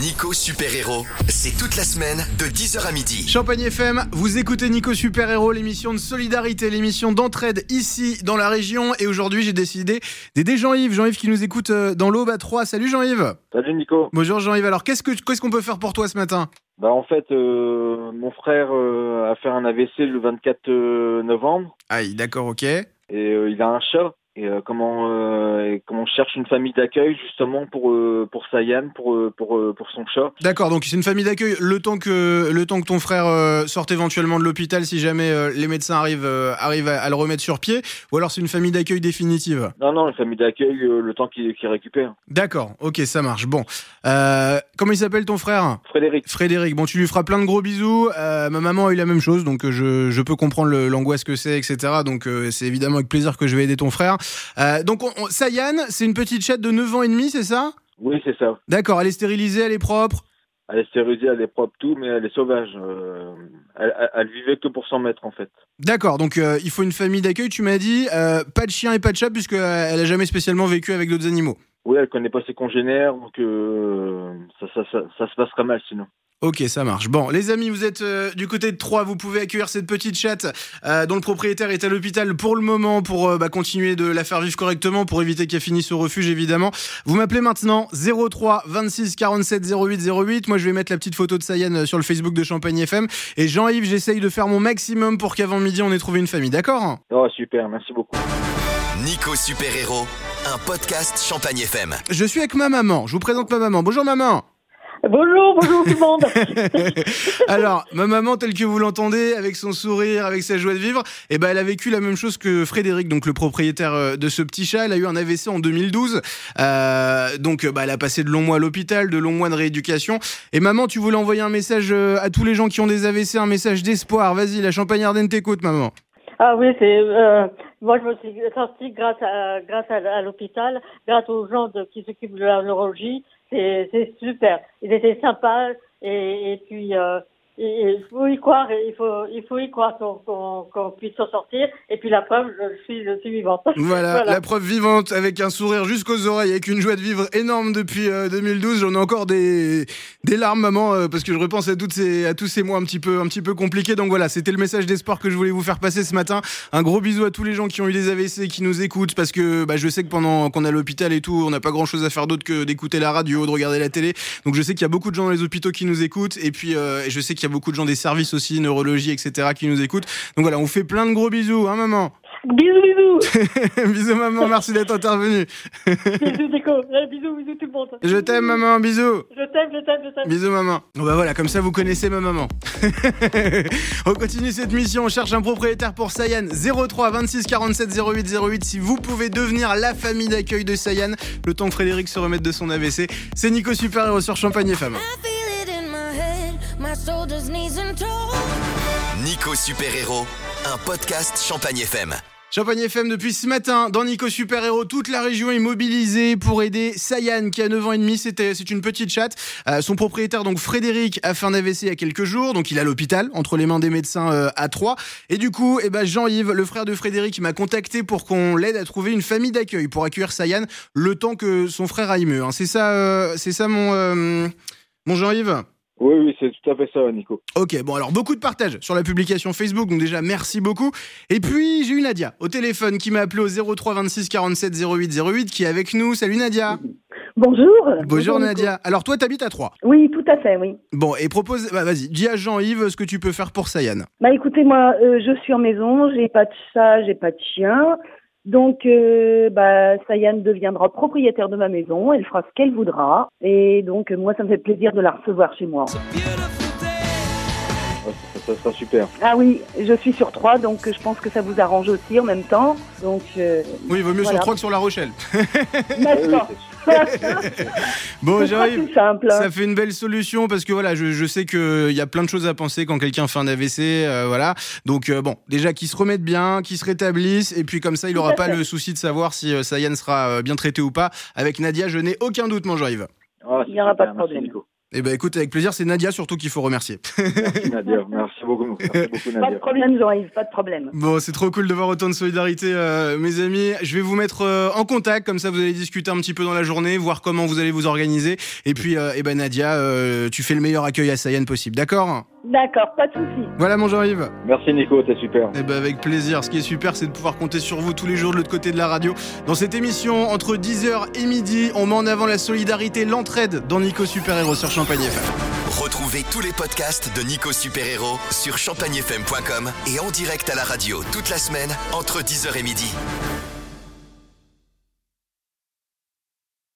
Nico Super Héros, c'est toute la semaine de 10h à midi. Champagne FM, vous écoutez Nico Super Héros, l'émission de solidarité, l'émission d'entraide ici dans la région. Et aujourd'hui, j'ai décidé d'aider Jean-Yves. Jean-Yves qui nous écoute euh, dans l'Aube à 3. Salut Jean-Yves. Salut Nico. Bonjour Jean-Yves. Alors, qu'est-ce que- qu'est-ce qu'on peut faire pour toi ce matin Bah en fait, euh, mon frère euh, a fait un AVC le 24 euh, novembre Aïe, d'accord, ok. et euh, il a un chat. Et euh, comment euh, et comment on cherche une famille d'accueil justement pour euh, pour Sayan, pour euh, pour euh, pour son chat. D'accord, donc c'est une famille d'accueil. Le temps que le temps que ton frère euh, sorte éventuellement de l'hôpital, si jamais euh, les médecins arrivent euh, arrivent à, à le remettre sur pied, ou alors c'est une famille d'accueil définitive. Non non, une famille d'accueil euh, le temps qu'il qu'il récupère. D'accord, ok, ça marche. Bon, Euh, comment il s'appelle ton frère Frédéric. Frédéric, bon, tu lui feras plein de gros bisous. Euh, ma maman a eu la même chose, donc euh, je, je peux comprendre le- l'angoisse que c'est, etc. Donc euh, c'est évidemment avec plaisir que je vais aider ton frère. Euh, donc on, on- Sayane, c'est une petite chatte de 9 ans et demi, c'est ça Oui c'est ça. D'accord, elle est stérilisée, elle est propre. Elle est stérilisée, elle est propre tout, mais elle est sauvage. Euh, elle, elle- elle vivait que pour 100 mètres en fait. D'accord, donc euh, il faut une famille d'accueil, tu m'as dit. Euh, pas de chien et pas de chat, puisque euh, elle a jamais spécialement vécu avec d'autres animaux. Oui, elle connaît pas ses congénères, donc euh, ça, ça, ça, ça se passera mal sinon. Ok, ça marche. Bon, les amis, vous êtes euh, du côté de Troyes, vous pouvez accueillir cette petite chatte euh, dont le propriétaire est à l'hôpital pour le moment pour euh, bah, continuer de la faire vivre correctement, pour éviter qu'elle finisse au refuge évidemment. Vous m'appelez maintenant 03 26 47 08 08. Moi, je vais mettre la petite photo de Sayane euh, sur le Facebook de Champagne FM. Et Jean-Yves, j'essaye de faire mon maximum pour qu'avant midi, on ait trouvé une famille, d'accord Oh super, merci beaucoup. Nico Super Héros, un podcast Champagne FM. Je suis avec ma maman, je vous présente ma maman. Bonjour maman Bonjour, bonjour tout le monde. Alors, ma maman, telle que vous l'entendez, avec son sourire, avec sa joie de vivre, eh ben, elle a vécu la même chose que Frédéric, donc le propriétaire euh, de ce petit chat. Elle a eu un AVC en 2012. Euh, donc, euh, bah, elle a passé de longs mois à l'hôpital, de longs mois de rééducation. Et maman, tu voulais envoyer un message euh, à tous les gens qui ont des AVC, un message d'espoir. Vas-y, la champagne ardenne t'écoute, maman. Ah oui, c'est euh, moi je me suis sortie grâce à grâce à, à l'hôpital, grâce aux gens de, qui s'occupent de la neurologie. C'est c'est super. Ils étaient sympas et, et puis euh, et- et il faut y croire. et Il faut il faut y croire qu'on qu'on qu'on puisse s'en sortir. Et puis la preuve, je suis je suis vivante. Voilà, Voilà. la preuve vivante, avec un sourire jusqu'aux oreilles, avec une joie de vivre énorme depuis euh, 2012. J'en ai encore des, des larmes, maman, euh, parce que je repense à, toutes ces, à tous ces mois un petit peu, un petit peu compliqués. Donc voilà, c'était le message d'espoir que je voulais vous faire passer ce matin. Un gros bisou à tous les gens qui ont eu des AVC, qui nous écoutent, parce que bah, je sais que pendant qu'on est à l'hôpital et tout, on n'a pas grand-chose à faire d'autre que d'écouter la radio, de regarder la télé. Donc je sais qu'il y a beaucoup de gens dans les hôpitaux qui nous écoutent, et puis euh, et je sais qu'il y a beaucoup de gens des services aussi, neurologie, etc., qui nous écoutent. Donc voilà, on vous fait plein de gros bisous, hein, maman. Bisous, bisous, bisous, maman, merci d'être intervenue. bisous Nico. Eh, Bisous, bisous tout le monde. Je t'aime, maman, bisous. Je t'aime, je t'aime, je t'aime. Bisous, maman. Bon, bah voilà, comme ça, vous connaissez ma maman. on continue cette mission. On cherche un propriétaire pour Sayan. 03 26 47 08 08. Si vous pouvez devenir la famille d'accueil de Sayan, le temps que Frédéric se remette de son AVC. C'est Nico Super Héros sur Champagne et Femme. feel it in my head, my shoulders, knees, and toes. Nico Super Héros, un podcast Champagne FM. Champagne FM depuis ce matin dans Nico Super Héros. Toute la région est mobilisée pour aider Sayane qui a 9 ans et demi. C'était, c'est une petite chatte. Euh, son propriétaire, donc Frédéric, a fait un AVC il y a quelques jours. Donc il est à l'hôpital entre les mains des médecins euh, à Troyes. Et du coup, eh ben, Jean-Yves, le frère de Frédéric, m'a contacté pour qu'on l'aide à trouver une famille d'accueil pour accueillir Sayane le temps que son frère aille mieux. hein. C'est ça, euh, c'est ça mon, euh, mon Jean-Yves? Oui, oui, c'est tout à fait ça, Nico. Ok, bon alors beaucoup de partages sur la publication Facebook, donc déjà merci beaucoup. Et puis j'ai eu Nadia au téléphone qui m'a appelé au 03 26 47 08 08 qui est avec nous. Salut Nadia. Bonjour. Bonjour, Nadia. Alors toi t'habites à Troyes. Oui, tout à fait, oui. Bon et propose, bah, vas-y, dis à Jean-Yves ce que tu peux faire pour Sayane. Bah écoutez, moi, euh, je suis en maison, j'ai pas de chat, j'ai pas de chien. Donc, euh, bah, Sayane deviendra propriétaire de ma maison, elle fera ce qu'elle voudra. Et donc, euh, moi, ça me fait plaisir de la recevoir chez moi. Ouais, ça, ça sera super. Ah oui, je suis sur trois, donc euh, je pense que ça vous arrange aussi en même temps. Donc, euh, Oui, il vaut mieux Voilà. sur Troyes que sur La Rochelle. Oui, oui, maintenant, c'est- Bon ce sera Jean-Yves. tout simple. Ça fait une belle solution parce que voilà, je, je sais qu'il y a plein de choses à penser quand quelqu'un fait un AVC, euh, voilà. Donc euh, bon, déjà qu'il se remette bien, qu'il se rétablisse, et puis comme ça, il Tout n'aura à pas fait. le souci de savoir si euh, Sayane sera euh, bien traité ou pas. Avec Nadia, je n'ai aucun doute, mon Jean-Yves. Ah, Il y aura super, pas de merci, problème. Nico. Eh ben écoute, avec plaisir, c'est Nadia surtout qu'il faut remercier. Merci Nadia, merci beaucoup. Merci beaucoup Pas de Nadia. problème, Jean-Yves, pas de problème. Bon, c'est trop cool de voir autant de solidarité, euh, mes amis. Je vais vous mettre euh, en contact, comme ça vous allez discuter un petit peu dans la journée, voir comment vous allez vous organiser. Et puis, euh, eh ben Nadia, euh, tu fais le meilleur accueil à Sayan possible, d'accord D'accord, pas de souci. Voilà mon Jean-Yves. Merci Nico, t'es super. Eh ben avec plaisir. Ce qui est super, c'est de pouvoir compter sur vous tous les jours de l'autre côté de la radio. Dans cette émission, entre 10h et midi, on met en avant la solidarité, l'entraide dans Nico Super Héros sur Champagne FM. Retrouvez tous les podcasts de Nico Super Héros sur champagnefm.com et en direct à la radio toute la semaine entre 10h et midi.